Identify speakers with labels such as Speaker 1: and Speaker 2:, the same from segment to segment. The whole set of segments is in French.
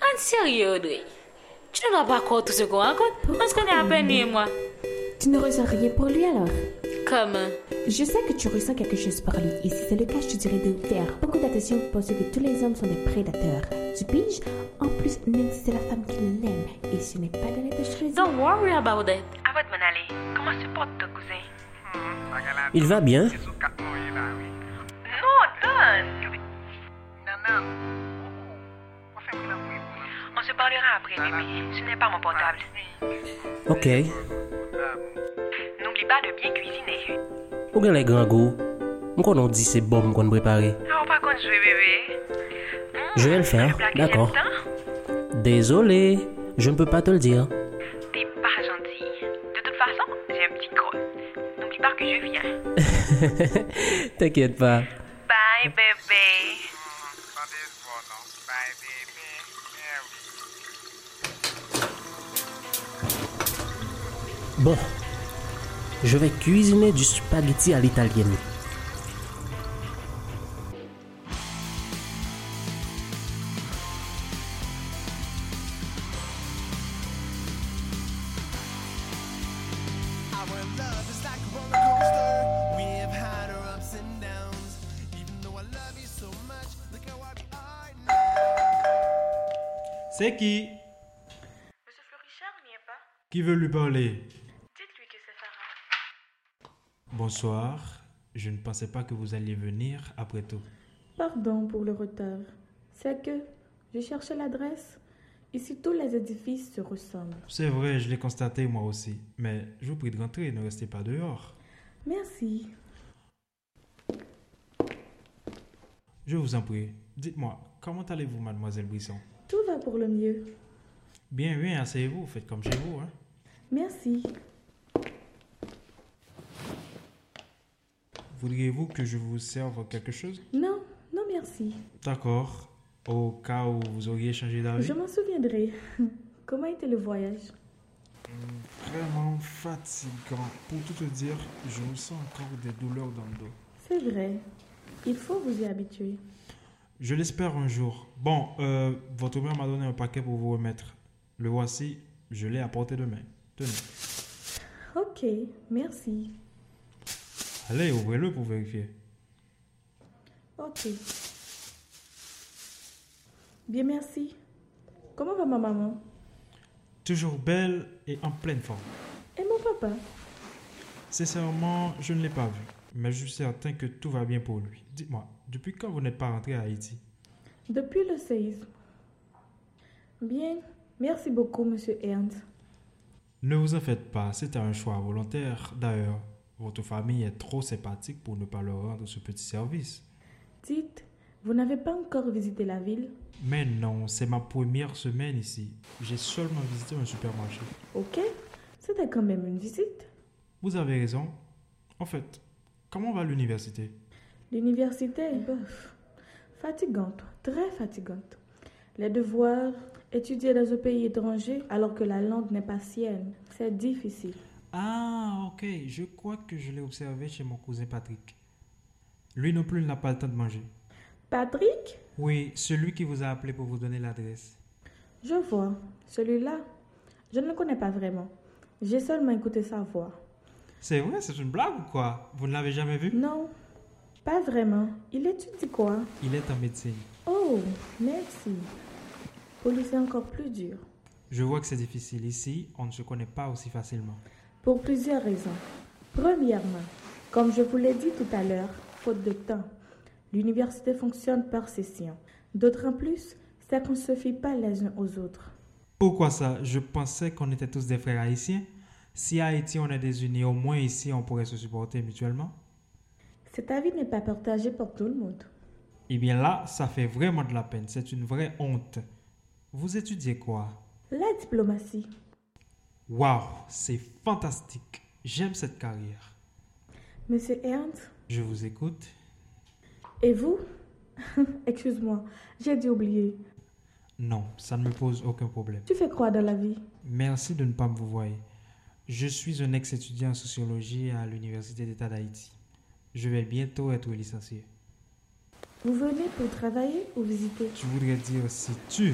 Speaker 1: An sérieux, Audrey. Tu ne vois pas encore tout ce qu'on raconte On se connaît à peine, lui et moi.
Speaker 2: Tu ne ressens rien pour lui alors
Speaker 1: Comment
Speaker 2: Je sais que tu ressens quelque chose pour lui, et si c'est le cas, je te dirais de le faire. Beaucoup d'attention pour penser que tous les hommes sont des prédateurs. Tu piges En plus, Nancy, c'est la femme qu'il aime, et ce n'est pas donné de choisir.
Speaker 1: Don't worry about it.
Speaker 3: Avant de m'en aller, comment se porte ton cousin?
Speaker 4: Il va bien.
Speaker 3: Non, donne! Oh, On se parlera après, bébé. Ce n'est pas mon portable.
Speaker 4: Ok.
Speaker 3: N'oublie pas de bien cuisiner.
Speaker 4: Ou gen lè gran gou. M konon di se bom kon prepare.
Speaker 3: Ah, on va continuer, bébé. Hmm,
Speaker 4: Je vais le faire,
Speaker 3: Blague,
Speaker 4: d'accord.
Speaker 3: j'aime tant.
Speaker 4: Désolé, je ne peux pas te le dire.
Speaker 3: T'es pas gentil. De toute façon, j'ai un petit creux. N'oublie pas que je viens.
Speaker 4: T'inquiète pas.
Speaker 3: Bye, bébé.
Speaker 4: Bon, je vais cuisiner du spaghetti à l'italienne.
Speaker 5: Our love is like a roller coaster. We have had our ups and downs. Even though I love you so much, look how I are now.
Speaker 6: C'est qui
Speaker 3: Monsieur Florichard n'y est pas.
Speaker 6: Qui veut lui parler
Speaker 3: Dites-lui que c'est Sarah.
Speaker 6: Bonsoir. Je ne pensais pas que vous alliez venir après tout.
Speaker 7: Pardon pour le retard. Euh, C'est que je cherchais l'adresse. Ici, tous les édifices se ressemblent.
Speaker 6: C'est vrai, je l'ai constaté moi aussi. Mais je vous prie de rentrer, ne restez pas dehors.
Speaker 7: Merci.
Speaker 6: Je vous en prie. Dites-moi, comment allez-vous, mademoiselle Brisson
Speaker 7: Tout va pour le mieux.
Speaker 6: Bien, bien, asseyez-vous, faites comme chez vous. Hein?
Speaker 7: Merci.
Speaker 6: Voudriez-vous que je vous serve quelque chose
Speaker 7: Non, non merci.
Speaker 6: D'accord. Au cas où vous auriez changé d'avis.
Speaker 7: Je m'en souviendrai. Comment était le voyage
Speaker 6: Vraiment fatigant. Pour tout te dire, je ressens encore des douleurs dans le dos.
Speaker 7: C'est vrai. Il faut vous y habituer.
Speaker 6: Je l'espère un jour. Bon, euh, votre mère m'a donné un paquet pour vous remettre. Le voici, je l'ai apporté demain. Tenez.
Speaker 7: Ok, merci.
Speaker 6: Allez, ouvrez-le pour vérifier.
Speaker 7: Ok. Bien, merci. Comment va ma maman
Speaker 6: Toujours belle et en pleine forme.
Speaker 7: Et mon papa
Speaker 6: Sincèrement, je ne l'ai pas vu. Mais je suis certain que tout va bien pour lui. Dites-moi, depuis quand vous n'êtes pas rentré à Haïti
Speaker 7: Depuis le séisme. Bien, merci beaucoup, monsieur Ernst.
Speaker 6: Ne vous en faites pas, c'était un choix volontaire. D'ailleurs, votre famille est trop sympathique pour ne pas leur rendre ce petit service.
Speaker 7: Dites, vous n'avez pas encore visité la ville
Speaker 6: Mais non, c'est ma première semaine ici. J'ai seulement visité un supermarché.
Speaker 7: Ok, c'était quand même une visite.
Speaker 6: Vous avez raison. En fait, comment va l'université
Speaker 7: L'université, bof, fatigante, très fatigante. Les devoirs, étudier dans un pays étranger alors que la langue n'est pas sienne, c'est difficile.
Speaker 6: Ah, ok, je crois que je l'ai observé chez mon cousin Patrick. Lui non plus n'a pas le temps de manger.
Speaker 7: Patrick
Speaker 6: Oui, celui qui vous a appelé pour vous donner l'adresse.
Speaker 7: Je vois, celui-là, je ne le connais pas vraiment. J'ai seulement écouté sa voix.
Speaker 6: C'est vrai, c'est une blague ou quoi Vous ne l'avez jamais vu
Speaker 7: Non, pas vraiment. Il étudie quoi
Speaker 6: Il est en médecine.
Speaker 7: Oh, merci. Pour lui, c'est encore plus dur.
Speaker 6: Je vois que c'est difficile ici, on ne se connaît pas aussi facilement.
Speaker 7: Pour plusieurs raisons. Premièrement, comme je vous l'ai dit tout à l'heure, faute de temps, l'université fonctionne par session. D'autre en plus, c'est qu'on ne se fie pas les uns aux autres.
Speaker 6: Pourquoi ça Je pensais qu'on était tous des frères haïtiens. Si à Haïti on est désunis, au moins ici on pourrait se supporter mutuellement.
Speaker 7: Cet avis n'est pas partagé par tout le monde.
Speaker 6: Eh bien là, ça fait vraiment de la peine. C'est une vraie honte. Vous étudiez quoi
Speaker 7: La diplomatie.
Speaker 6: Waouh, c'est fantastique. J'aime cette carrière.
Speaker 7: Monsieur Ernst,
Speaker 6: Je vous écoute.
Speaker 7: et vous Excuse-moi, j'ai dû oublier.
Speaker 6: Non, ça ne me pose aucun problème.
Speaker 7: Tu fais quoi dans la vie
Speaker 6: Merci de ne pas me voir. Je suis un ex-étudiant en sociologie à l'Université d'État d'Haïti. Je vais bientôt être licencié.
Speaker 7: Vous venez pour travailler ou visiter
Speaker 6: Je voudrais dire si tu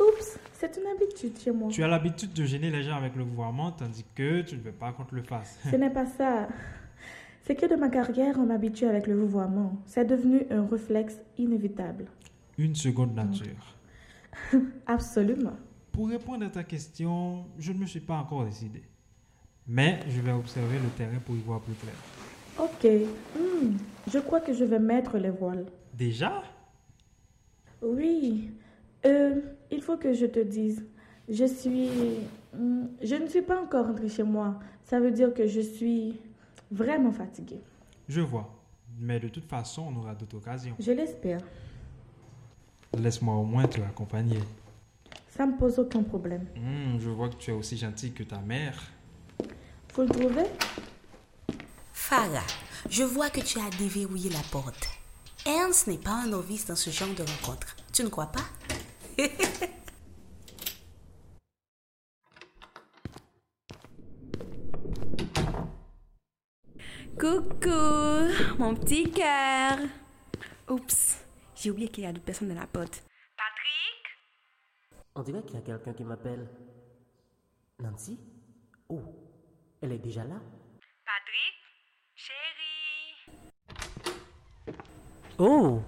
Speaker 7: Oups, c'est une habitude chez moi.
Speaker 6: Tu as l'habitude de gêner les gens avec le gouvernement, tandis que tu ne veux pas qu'on te le fasse.
Speaker 7: Ce n'est pas ça. C'est que de ma carrière, on m'habitue avec le vouvoiement. C'est devenu un réflexe inévitable.
Speaker 6: Une seconde nature.
Speaker 7: Absolument.
Speaker 6: Pour répondre à ta question, je ne me suis pas encore décidé. Mais je vais observer le terrain pour y voir plus clair.
Speaker 7: Ok. Hmm, Je crois que je vais mettre les voiles.
Speaker 6: Déjà
Speaker 7: Oui. Euh, il faut que je te dise. Je suis... hmm, Je ne suis pas encore rentrée chez moi. Ça veut dire que je suis vraiment fatiguée.
Speaker 6: Je vois. Mais de toute façon, on aura d'autres occasions.
Speaker 7: Je l'espère.
Speaker 6: Laisse-moi au moins te accompagner.
Speaker 7: Ça me pose aucun problème.
Speaker 6: Hmm, je vois que tu es aussi gentil que ta mère.
Speaker 7: Vous le trouvez
Speaker 2: Farah, je vois que tu as déverrouillé la porte. Ernst n'est pas un novice dans ce genre de rencontre. Tu ne crois pas
Speaker 8: Coucou, mon petit cœur. Oups, j'ai oublié qu'il y a d'autres personnes dans la porte.
Speaker 3: Patrick
Speaker 4: On dirait qu'il y a quelqu'un qui m'appelle. Nancy Oh, elle est déjà là
Speaker 3: Patrick Chérie
Speaker 4: Oh,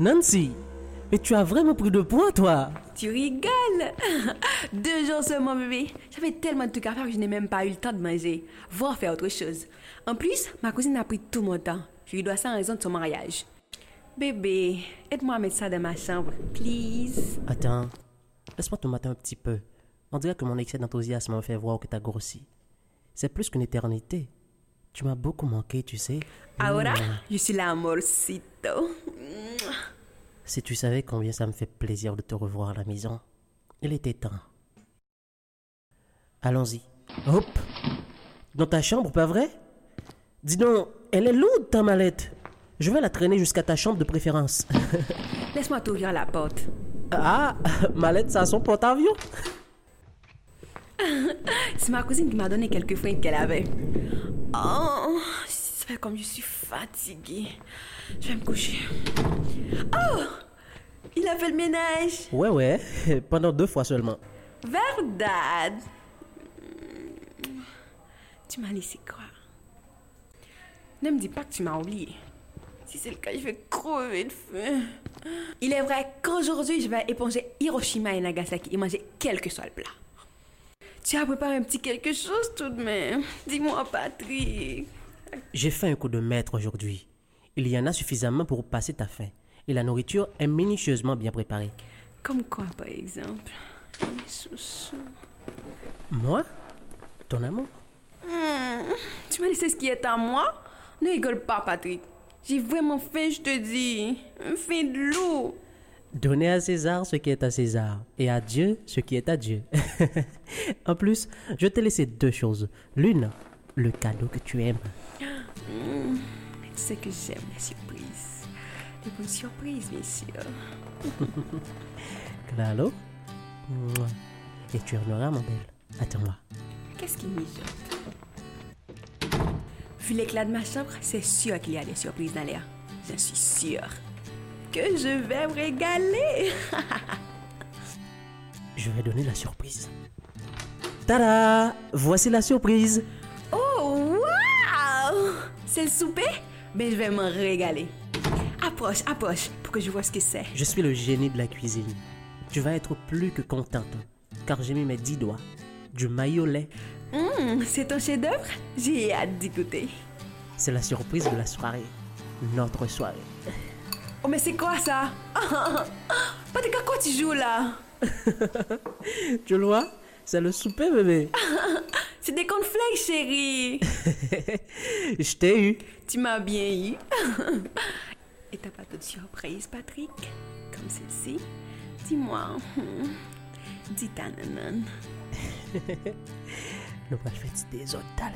Speaker 4: Nancy Mais tu as vraiment pris de poids, toi
Speaker 8: Tu rigoles Deux jours seulement, bébé. J'avais tellement de trucs à faire que je n'ai même pas eu le temps de manger, voire faire autre chose. En plus, ma cousine a pris tout mon temps. Je lui dois ça en raison de son mariage. Bébé, aide-moi à mettre ça dans ma chambre, please.
Speaker 4: Attends, laisse-moi te mater un petit peu. On dirait que mon excès d'enthousiasme me fait voir que t'as grossi. C'est plus qu'une éternité. Tu m'as beaucoup manqué, tu sais.
Speaker 8: Ahora,
Speaker 4: Mmh.
Speaker 8: je suis l'amorcito.
Speaker 4: Si tu savais combien ça me fait plaisir de te revoir à la maison. Il était temps. Allons-y. Hop Dans ta chambre, pas vrai Dis donc, elle est lourde ta mallette. Je vais la traîner jusqu'à ta chambre de préférence.
Speaker 8: Laisse-moi t'ouvrir la porte.
Speaker 4: Ah, mallette, ça a son porte-avions
Speaker 8: C'est ma cousine qui m'a donné quelques fringues qu'elle avait. Oh, ça fait comme je suis fatiguée. Je vais me coucher. Oh, il a fait le ménage.
Speaker 4: Ouais, ouais, pendant deux fois seulement.
Speaker 8: Verdad. Mm. Tu m'as laissé croire. Ne me dis pas que tu m'as oublié. Si c'est le cas, je vais crever de faim. Il est vrai qu'aujourd'hui, je vais éponger Hiroshima et Nagasaki et manger quel que soit le plat. Tu as préparé un petit quelque chose tout de même. Dis-moi, Patrick.
Speaker 4: J'ai fait un coup de maître aujourd'hui. Il y en a suffisamment pour passer ta faim. Et la nourriture est minutieusement bien préparée.
Speaker 8: Comme quoi, par exemple Mes chouchous.
Speaker 4: Moi Ton amour
Speaker 8: Hmm, Tu m'as laissé ce qui est à moi Ne rigole pas, Patrick. J'ai vraiment faim, je te dis. Faim de loup.
Speaker 4: Donnez à César ce qui est à César et à Dieu ce qui est à Dieu. en plus, je t'ai laissé deux choses. L'une, le cadeau que tu aimes.
Speaker 8: Tu sais que j'aime les surprises. Les bonnes surprises, bien sûr.
Speaker 4: Claro. Mouah. Et tu aimeras, mon belle. Attends-moi.
Speaker 8: Qu'est-ce qu'il mijote Vu l'éclat de ma chambre, c'est sûr qu'il y a des surprises dans l'air. J'en suis sûre. Que je vais me régaler.
Speaker 4: Je vais donner la surprise. Tada Voici la surprise.
Speaker 8: Oh, wow! C'est le souper? Ben, je vais m'en régaler. Approche, approche, pour que je vois ce que c'est.
Speaker 4: Je suis le génie de la cuisine. Tu vas être plus que contente, car j'ai mis mes dix doigts. Du maillot au lait.
Speaker 8: Hum, c'est ton chef-d'œuvre? J'ai hâte d'y goûter.
Speaker 4: C'est la surprise de la soirée. Notre soirée.
Speaker 8: Oh, mais c'est quoi ça? Patrick, à quoi tu joues là?
Speaker 4: Tu le vois C'est le souper, bébé.
Speaker 8: C'est des cornflakes, chérie!
Speaker 4: Je t'ai eu.
Speaker 8: Tu m'as bien eu. Et t'as pas d'autres surprises, Patrick? Comme celle-ci? Dis-moi. hum, Dis ta nanane.
Speaker 4: Nous allons faire des autres talents.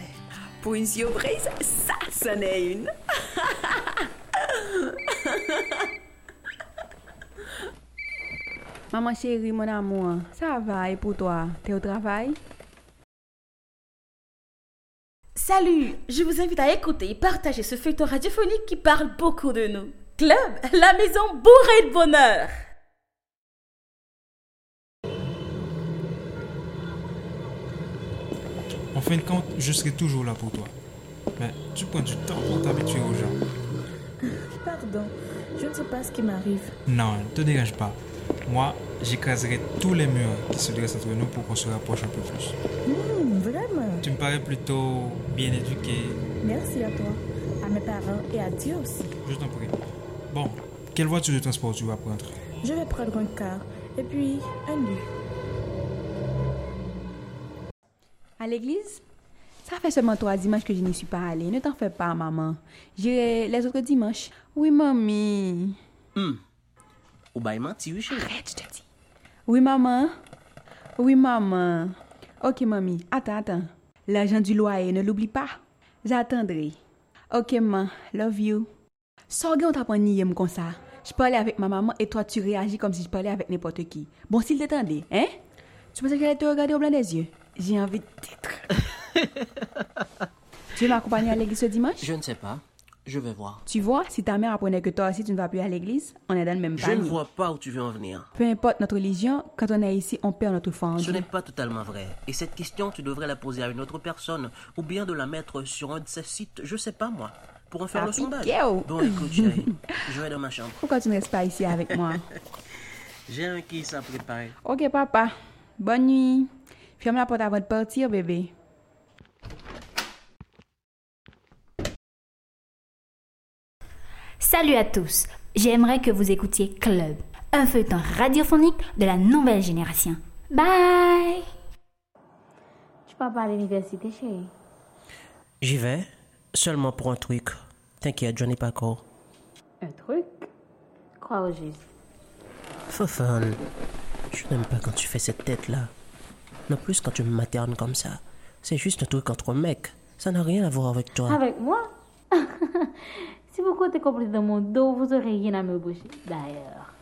Speaker 8: Pour une surprise, ça, ça n'est une. Maman chérie, mon amour, ça va et pour toi, t'es au travail?
Speaker 9: Salut, je vous invite à écouter et partager ce feuilleton radiophonique qui parle beaucoup de nous. Club, la maison bourrée de bonheur.
Speaker 6: En fin de compte, je serai toujours là pour toi. Mais tu prends du temps pour t'habituer aux gens.
Speaker 7: Pardon, je ne sais pas ce qui m'arrive.
Speaker 6: Non, ne te dégage pas. Moi, j'écraserai tous les murs qui se dressent entre nous pour qu'on se rapproche un peu plus.
Speaker 7: Hmm, vraiment.
Speaker 6: Tu me parais plutôt bien éduqué.
Speaker 7: Merci à toi, à mes parents et à Dieu aussi.
Speaker 6: Je t'en prie. Bon, quelle voiture de transport tu vas prendre
Speaker 7: Je vais prendre un car et puis un lit.
Speaker 8: À l'église Ça fait seulement trois dimanches que je n'y suis pas allée. Ne t'en fais pas, maman. J'irai les autres dimanches. Oui, mamie.
Speaker 4: Hum. Ou bah, il menti, oui, chérie. Arrête, je te dis.
Speaker 8: Oui, maman. Oui, maman. Ok, mamie. Attends, attends. L'argent du loyer, ne l'oublie pas. J'attendrai. Ok, maman. Love you. Sorgue, on t'apprend nier me comme ça. Je parlais avec ma maman et toi, tu réagis comme si je parlais avec n'importe qui. Bon, s'il t'entendait, hein? Tu pensais que j'allais te regarder au blanc des yeux? J'ai envie de titre. tu veux m'accompagner à l'église ce dimanche?
Speaker 4: Je ne sais pas. Je vais voir.
Speaker 8: Tu vois, si ta mère apprenait que toi aussi tu ne vas plus à l'église, on est dans le même
Speaker 4: Je ne
Speaker 8: panier.
Speaker 4: vois pas où tu veux en venir.
Speaker 8: Peu importe notre religion, quand on est ici, on perd notre foi en
Speaker 4: Ce
Speaker 8: Dieu.
Speaker 4: n'est pas totalement vrai. Et cette question, tu devrais la poser à une autre personne ou bien de la mettre sur un de ces sites, je sais pas moi, pour en faire
Speaker 8: Ah,
Speaker 4: le sondage.
Speaker 8: piqué, oh.
Speaker 4: Bon, écoute, chérie, je vais dans ma chambre.
Speaker 8: Pourquoi tu ne restes pas ici avec moi?
Speaker 4: J'ai un qui à préparer.
Speaker 8: ok, papa. Bonne nuit. Ferme la porte avant de partir, bébé.
Speaker 10: Salut à tous. J'aimerais que vous écoutiez Club, un feuilleton radiophonique de la nouvelle génération. Bye.
Speaker 1: Tu pars pas à l'université, chérie.
Speaker 4: J'y vais, seulement pour un truc. T'inquiète, je n'ai pas cours.
Speaker 1: Un truc Crois au juste.
Speaker 4: Fofan, je n'aime pas quand tu fais cette tête-là. Non plus quand tu me maternes comme ça. C'est juste un truc entre mecs. Ça n'a rien à voir avec toi.
Speaker 1: Avec moi Si vous comptez complice dans mon dos, vous aurez rien à me boucher. D'ailleurs,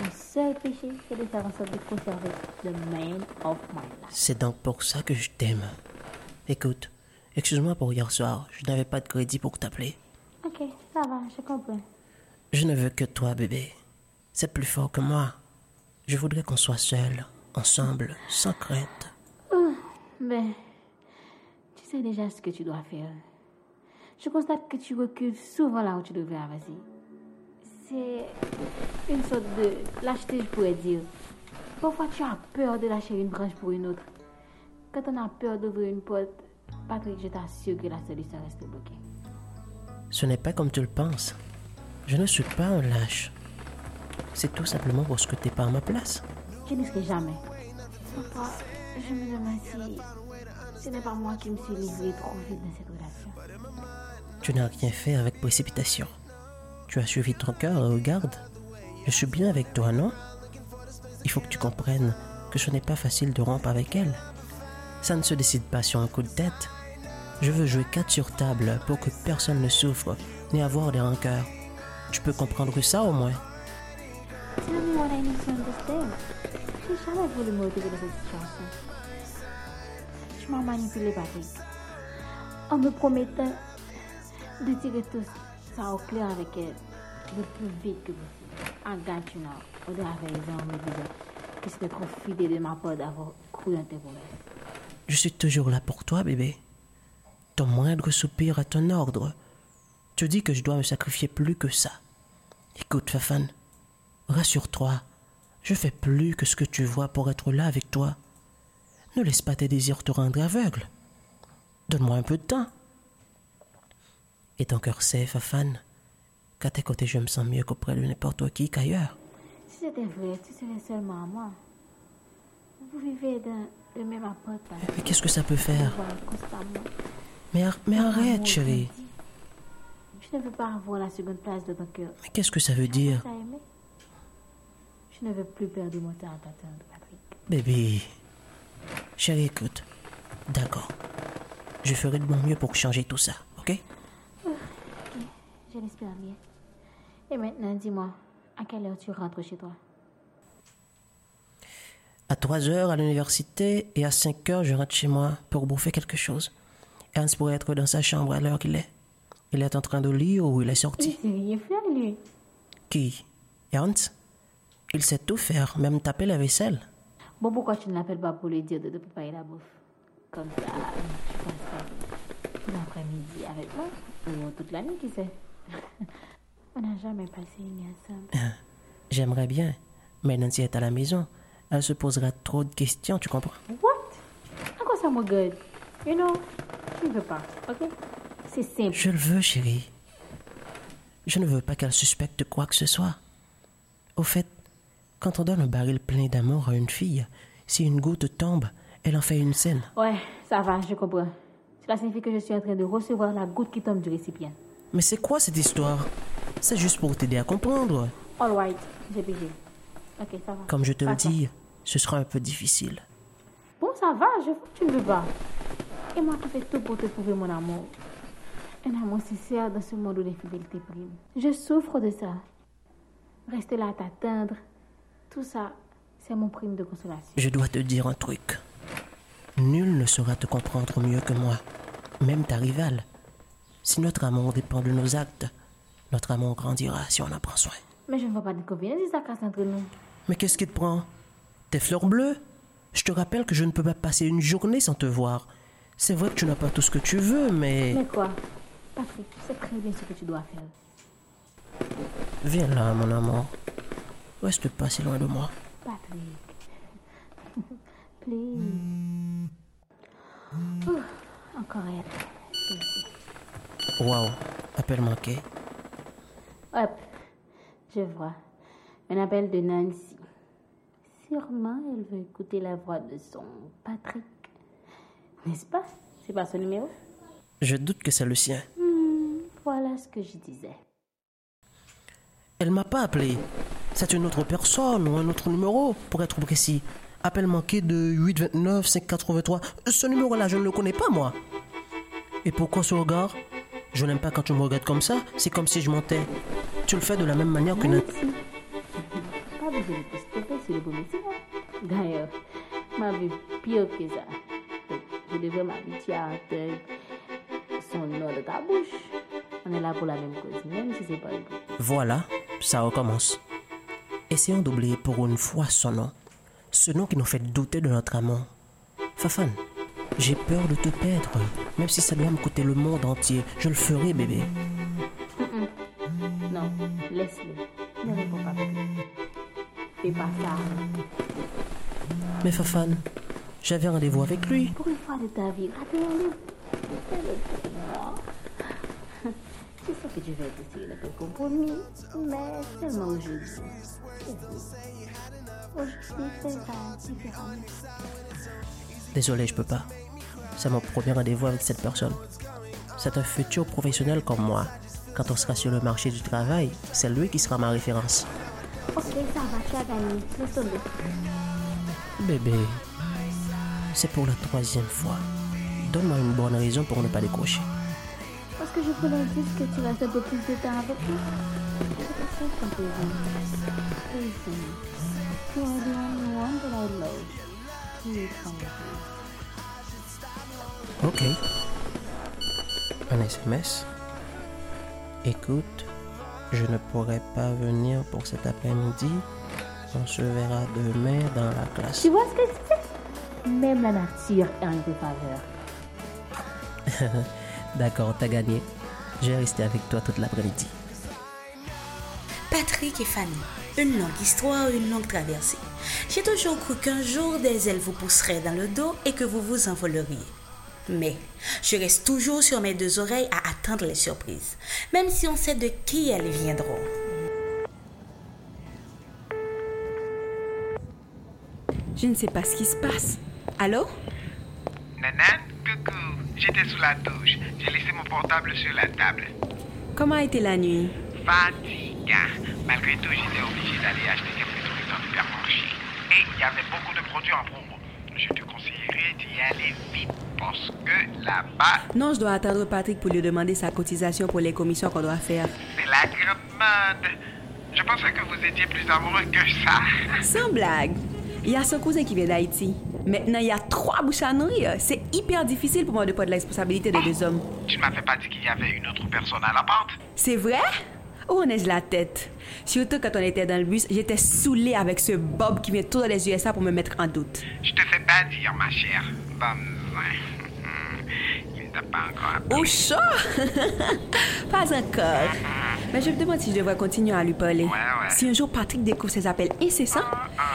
Speaker 1: mon seul péché, c'est de faire en sorte de conserver the man of my life.
Speaker 4: C'est donc pour ça que je t'aime. Écoute, excuse-moi pour hier soir. Je n'avais pas de crédit pour t'appeler.
Speaker 1: Ok, ça va, je comprends.
Speaker 4: Je ne veux que toi, bébé. C'est plus fort que moi. Je voudrais qu'on soit seuls, ensemble, sans crainte.
Speaker 1: Ouh, Mais Ben, tu sais déjà ce que tu dois faire. Je constate que tu recules souvent là où tu devrais avancer. C'est une sorte de lâcheté, je pourrais dire. Parfois, tu as peur de lâcher une branche pour une autre. Quand on a peur d'ouvrir une porte, Patrick, je t'assure que la solution reste bloquée.
Speaker 4: Ce n'est pas comme tu le penses. Je ne suis pas un lâche. C'est tout simplement parce que t'es pas à ma place.
Speaker 1: Je ne serai jamais. Parfois, je me demande si ce n'est pas moi qui me suis livrée trop vite dans cette relation.
Speaker 4: Tu n'as rien fait avec précipitation. Tu as suivi ton cœur et regarde. Je suis bien avec toi, non Il faut que tu comprennes que ce n'est pas facile de rompre avec elle. Ça ne se décide pas sur un coup de tête. Je veux jouer quatre sur table pour que personne ne souffre ni avoir des rancœurs. Tu peux comprendre ça au moins.
Speaker 1: Tell me what I need to understand. J'ai jamais voulu me retirer de cette situation. Tu m'as manipulé, Patrick. En me promettant de tirer tout ça au clair avec elle le plus vite que possible. I got you now. On doit avoir raison en me disant que c'était trop fidèle de ma part d'avoir cru en tes promesses.
Speaker 4: Je suis toujours là pour toi, bébé. Ton moindre soupir à ton ordre. Tu dis que je dois me sacrifier plus que ça. Écoute, Fafan, rassure-toi. Je fais plus que ce que tu vois pour être là avec toi. Ne laisse pas tes désirs te rendre aveugle. Donne-moi un peu de temps. Et ton cœur sait, Fafan, qu'à tes côtés je me sens mieux qu'auprès de n'importe qui qu'ailleurs.
Speaker 1: Si c'était vrai, tu serais seulement à moi. Vous vivez dans le même appartement.
Speaker 4: Mais qu'est-ce que ça peut faire
Speaker 1: Vous parlez constamment.
Speaker 4: Mais, ar- mais
Speaker 1: Ah,
Speaker 4: arrête,
Speaker 1: mon
Speaker 4: chérie.
Speaker 1: Je ne veux pas avoir la seconde place de ton cœur.
Speaker 4: Mais qu'est-ce que ça veut dire
Speaker 1: T'as aimé Je ne veux plus perdre mon temps à t'attendre, Patrick.
Speaker 4: Baby, chérie, écoute. D'accord. Je ferai de mon mieux pour changer tout ça, ok
Speaker 1: Ok, je l'espère bien. Et maintenant, dis-moi, à quelle heure tu rentres chez toi
Speaker 4: À 3 heures à l'université et à 5 heures, je rentre chez moi pour bouffer quelque chose. Hans pourrait être dans sa chambre à l'heure qu'il est. Il est en train de lire ou il est sorti.
Speaker 1: Il sait rien faire, lui.
Speaker 4: Qui Hans Il sait tout faire, même taper la vaisselle.
Speaker 1: Bon, pourquoi tu ne l'appelles pas pour lui dire de te préparer la bouffe Comme ça, tu passerais tout l'après-midi avec moi, ou toute la nuit, qui sait. On n'a jamais passé une nuit ensemble.
Speaker 4: J'aimerais bien, mais Nancy est à la maison. Elle se posera trop de questions, tu comprends
Speaker 1: What? À quoi ça me gueule You know, tu ne veux pas, ok? C'est simple.
Speaker 4: Je le veux, chérie. Je ne veux pas qu'elle suspecte quoi que ce soit. Au fait, quand on donne un baril plein d'amour à une fille, si une goutte tombe, elle en fait une scène.
Speaker 1: Ouais, ça va, je comprends. Cela signifie que je suis en train de recevoir la goutte qui tombe du récipient.
Speaker 4: Mais c'est quoi cette histoire C'est juste pour t'aider à comprendre.
Speaker 1: All right, j'ai pigé. Ok, ça va.
Speaker 4: Comme je te le
Speaker 1: Passe-moi.
Speaker 4: dis, ce sera un peu difficile.
Speaker 1: Bon, ça va, je vois que tu ne veux pas. Et moi qui fais tout pour te prouver mon amour. Un amour sincère dans ce monde où l'infidélité prime. Je souffre de ça. Rester là à t'attendre, tout ça, c'est mon prime de consolation.
Speaker 4: Je dois te dire un truc. Nul ne saura te comprendre mieux que moi, même ta rivale. Si notre amour dépend de nos actes, notre amour grandira si on en prend soin.
Speaker 1: Mais je ne vois pas d'inconvénient si ça casse entre nous.
Speaker 4: Mais qu'est-ce qui te prend Tes fleurs bleues Je te rappelle que je ne peux pas passer une journée sans te voir. C'est vrai que tu n'as pas tout ce que tu veux, mais...
Speaker 1: Mais quoi Patrick, tu sais très bien ce que tu dois faire.
Speaker 4: Viens là, mon amour. Reste pas si loin de moi.
Speaker 1: Patrick. Please. Ouh, encore elle. Merci.
Speaker 4: Waouh, appel manqué.
Speaker 1: Hop, je vois. Un appel de Nancy. Sûrement, elle veut écouter la voix de son Patrick. N'est-ce pas C'est pas son numéro
Speaker 4: Je doute que c'est le sien.
Speaker 1: Hmm, Voilà ce que je disais.
Speaker 4: Elle m'a pas appelé. C'est une autre personne ou un autre numéro, pour être précis. Appel manqué de 829 583. Ce numéro-là, je ne le connais pas, moi. Et pourquoi ce regard Je n'aime pas quand tu me regardes comme ça. C'est comme si je mentais. Tu le fais de la même manière qu'une...
Speaker 1: Pas besoin de poster sur le beau métier. hein. D'ailleurs, ma vie est pire que ça. Donc, je devrais m'habituer à entendre son nom de ta bouche. On est là pour la même cause, même si c'est pas le bon.
Speaker 4: Voilà, ça recommence. Essayons d'oublier pour une fois son nom. Ce nom qui nous fait douter de notre amour. Fafan, j'ai peur de te perdre. Même si ça doit me coûter le monde entier, je le ferai, bébé.
Speaker 1: Mm-mm. Non, laisse-le. Ne réponds pas. Patrick. Fais pas ça.
Speaker 4: Mais Fafan, j'avais rendez-vous avec lui.
Speaker 1: Pour une fois de ta vie, rappelle-le. Fais-le pour moi. Je sais que tu vas essayer de faire compromis, mais seulement aujourd'hui. Aujourd'hui, c'est pas différent.
Speaker 4: Désolé, je peux pas. C'est mon premier rendez-vous avec cette personne. C'est un futur professionnel comme moi. Quand on sera sur le marché du travail, c'est lui qui sera ma référence.
Speaker 1: Ok, ça va, tu as gagné. Laisse tomber.
Speaker 4: Bébé, c'est pour la troisième fois. Donne-moi une bonne raison pour ne pas décrocher.
Speaker 1: Parce que je voulais juste que tu restes un peu plus de temps avec nous. Je te sais qu'on peut vivre. Listen, you are the only one that I love. Please come with me.
Speaker 4: Ok. Un SMS. Écoute, je ne pourrai pas venir pour cet après-midi. On se verra demain dans la classe.
Speaker 1: Tu vois ce que c'est Même la nature est en tes faveurs.
Speaker 4: D'accord, t'as gagné. Je vais rester avec toi toute l'après-midi.
Speaker 2: Patrick et Fanny, une longue histoire, une longue traversée. J'ai toujours cru qu'un jour des ailes vous pousseraient dans le dos et que vous vous envoleriez. Mais je reste toujours sur mes deux oreilles à attendre les surprises, même si on sait de qui elles viendront.
Speaker 8: Je ne sais pas ce qui se passe. Allô
Speaker 3: Nanan, coucou. J'étais sous la douche. J'ai laissé mon portable sur la table.
Speaker 8: Comment a été la nuit
Speaker 3: Fatiga. Malgré tout, j'étais obligé d'aller acheter quelques trucs dans l'hypermarché. Et il y avait beaucoup de produits en promo. Je te conseillerais d'y aller vite parce que là-bas,
Speaker 8: Non, je dois attendre Patrick pour lui demander sa cotisation pour les commissions qu'on doit faire.
Speaker 3: c'est la grande mode. Je pensais que vous étiez plus amoureux que ça.
Speaker 8: Sans blague. Il y a son cousin qui vient d'Haïti. Maintenant, il y a trois bouches à nourrir. C'est hyper difficile pour moi de prendre la responsabilité de deux hommes.
Speaker 3: Tu ne m'avais pas dit qu'il y avait une autre personne à l'appart.
Speaker 8: C'est vrai? Où en ai-je la tête? Surtout quand on était dans le bus, j'étais saoulée avec ce Bob qui vient tout dans les USA pour me mettre en doute.
Speaker 3: Je te fais pas dire, ma chère. Bonne voisin. Il ne t'a pas encore appelé.
Speaker 8: Au chaud Pas encore. Mais je me demande si je devrais continuer à lui parler. Si un jour Patrick découvre ses appels incessants,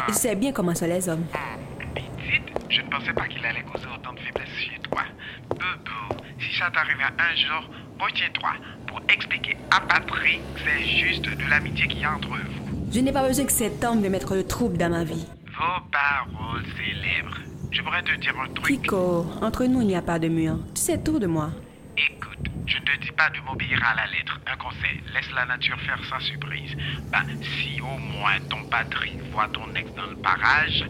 Speaker 8: il sait bien comment sont les hommes.
Speaker 3: Dites, je ne pensais pas qu'il allait causer autant de faiblesse chez toi. Bobo, si ça t'arrive un jour, retiens-toi. Pour expliquer à Patrick, c'est juste de l'amitié qu'il y a entre vous.
Speaker 8: Je n'ai pas besoin que cet homme de mettre le trouble dans ma vie.
Speaker 3: Vos paroles célèbres. Je pourrais te dire un truc.
Speaker 8: Kiko, entre nous, il n'y a pas de mur. Tu sais tout de moi.
Speaker 3: Écoute, je ne te dis pas de m'obéir à la lettre. Un conseil, laisse la nature faire sa surprise. Ben, si au moins ton Patrick voit ton ex dans le barrage,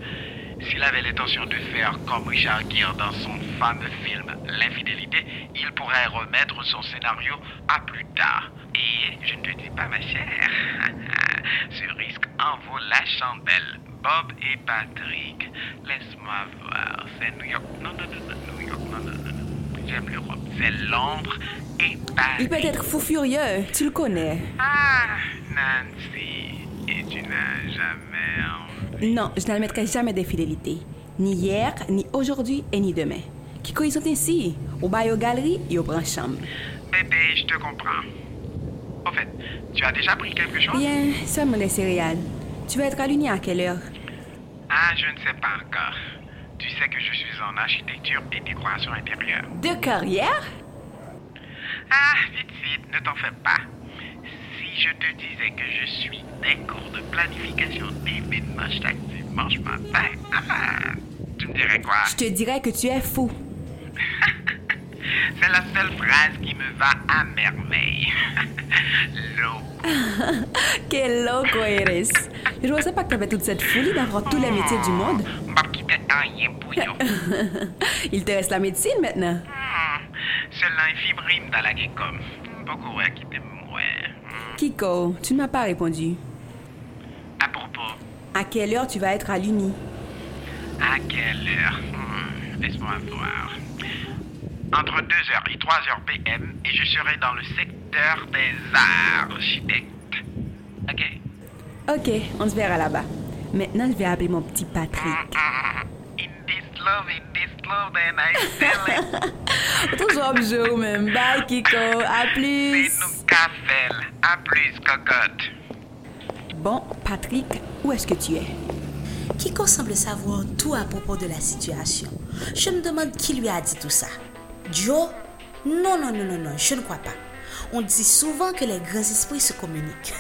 Speaker 3: s'il avait l'intention de faire comme Richard Gere dans son fameux film L'infidélité, il pourrait remettre son scénario à plus tard. Et je ne te dis pas, ma chère, ce risque en vaut la chandelle. Bob et Patrick, laisse-moi voir. C'est New York. Non, non, non, non, New York. Non, non, non, non. J'aime l'Europe. C'est Londres et Paris.
Speaker 8: Il peut être fou furieux, tu le connais.
Speaker 3: Ah, Nancy, et tu n'as jamais envie.
Speaker 8: Non, je n'admettrai jamais d'infidélité. Ni hier, ni aujourd'hui et ni demain. Kiko, ils sont ici, au bail aux galeries et aux branches chambres.
Speaker 3: Bébé, je te comprends. Au fait, tu as déjà pris quelque chose
Speaker 8: Bien, seulement les céréales. Tu vas être à l'Uni à quelle heure
Speaker 3: Ah, je ne sais pas encore. Tu sais que je suis en architecture et décoration intérieure.
Speaker 8: De carrière
Speaker 3: Ah, vite, vite, ne t'en fais pas. Si je te disais que je suis des cours de planification d'événements chaque dimanche matin, ah, tu me dirais quoi
Speaker 8: Je te dirais que tu es fou.
Speaker 3: C'est la seule phrase qui me va à merveille. L'eau.
Speaker 8: Quel loco eres Je ne sais pas que tu avais toute cette folie d'avoir tous les métiers du monde.
Speaker 3: M'a quitté rien bouillon.
Speaker 8: Il te reste la médecine maintenant.
Speaker 3: Celle-là Hmm. est fibrine dans la guécom. Beaucoup ouais, qui te mouait.
Speaker 8: Kiko, tu ne m'as pas répondu.
Speaker 3: Hmm. À propos,
Speaker 8: À quelle heure tu vas être à l'Uni
Speaker 3: à quelle heure Hmm, Laisse-moi voir. Entre 2h et 3h PM, et je serai dans le secteur des architectes. Ok
Speaker 8: Ok, on se verra là-bas. Maintenant, je vais appeler mon petit
Speaker 3: Hmm,
Speaker 8: Patrick.
Speaker 3: In this love, in this love, then I sell it.
Speaker 8: Toujours un jour même. Bye Kiko, à plus.
Speaker 3: Cafel, à plus, cocotte.
Speaker 8: Bon, Patrick, où est-ce que tu es
Speaker 2: Kiko semble savoir tout à propos de la situation. Je me demande qui lui a dit tout ça. Joe Non, non, non, non, non, je ne crois pas. On dit souvent que les grands esprits se communiquent.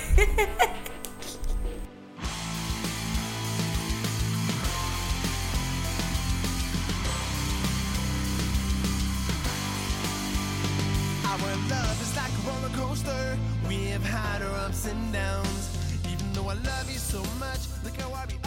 Speaker 5: Our love is like a roller coaster. We have had our ups and downs. Even though I love you so much, look how I be.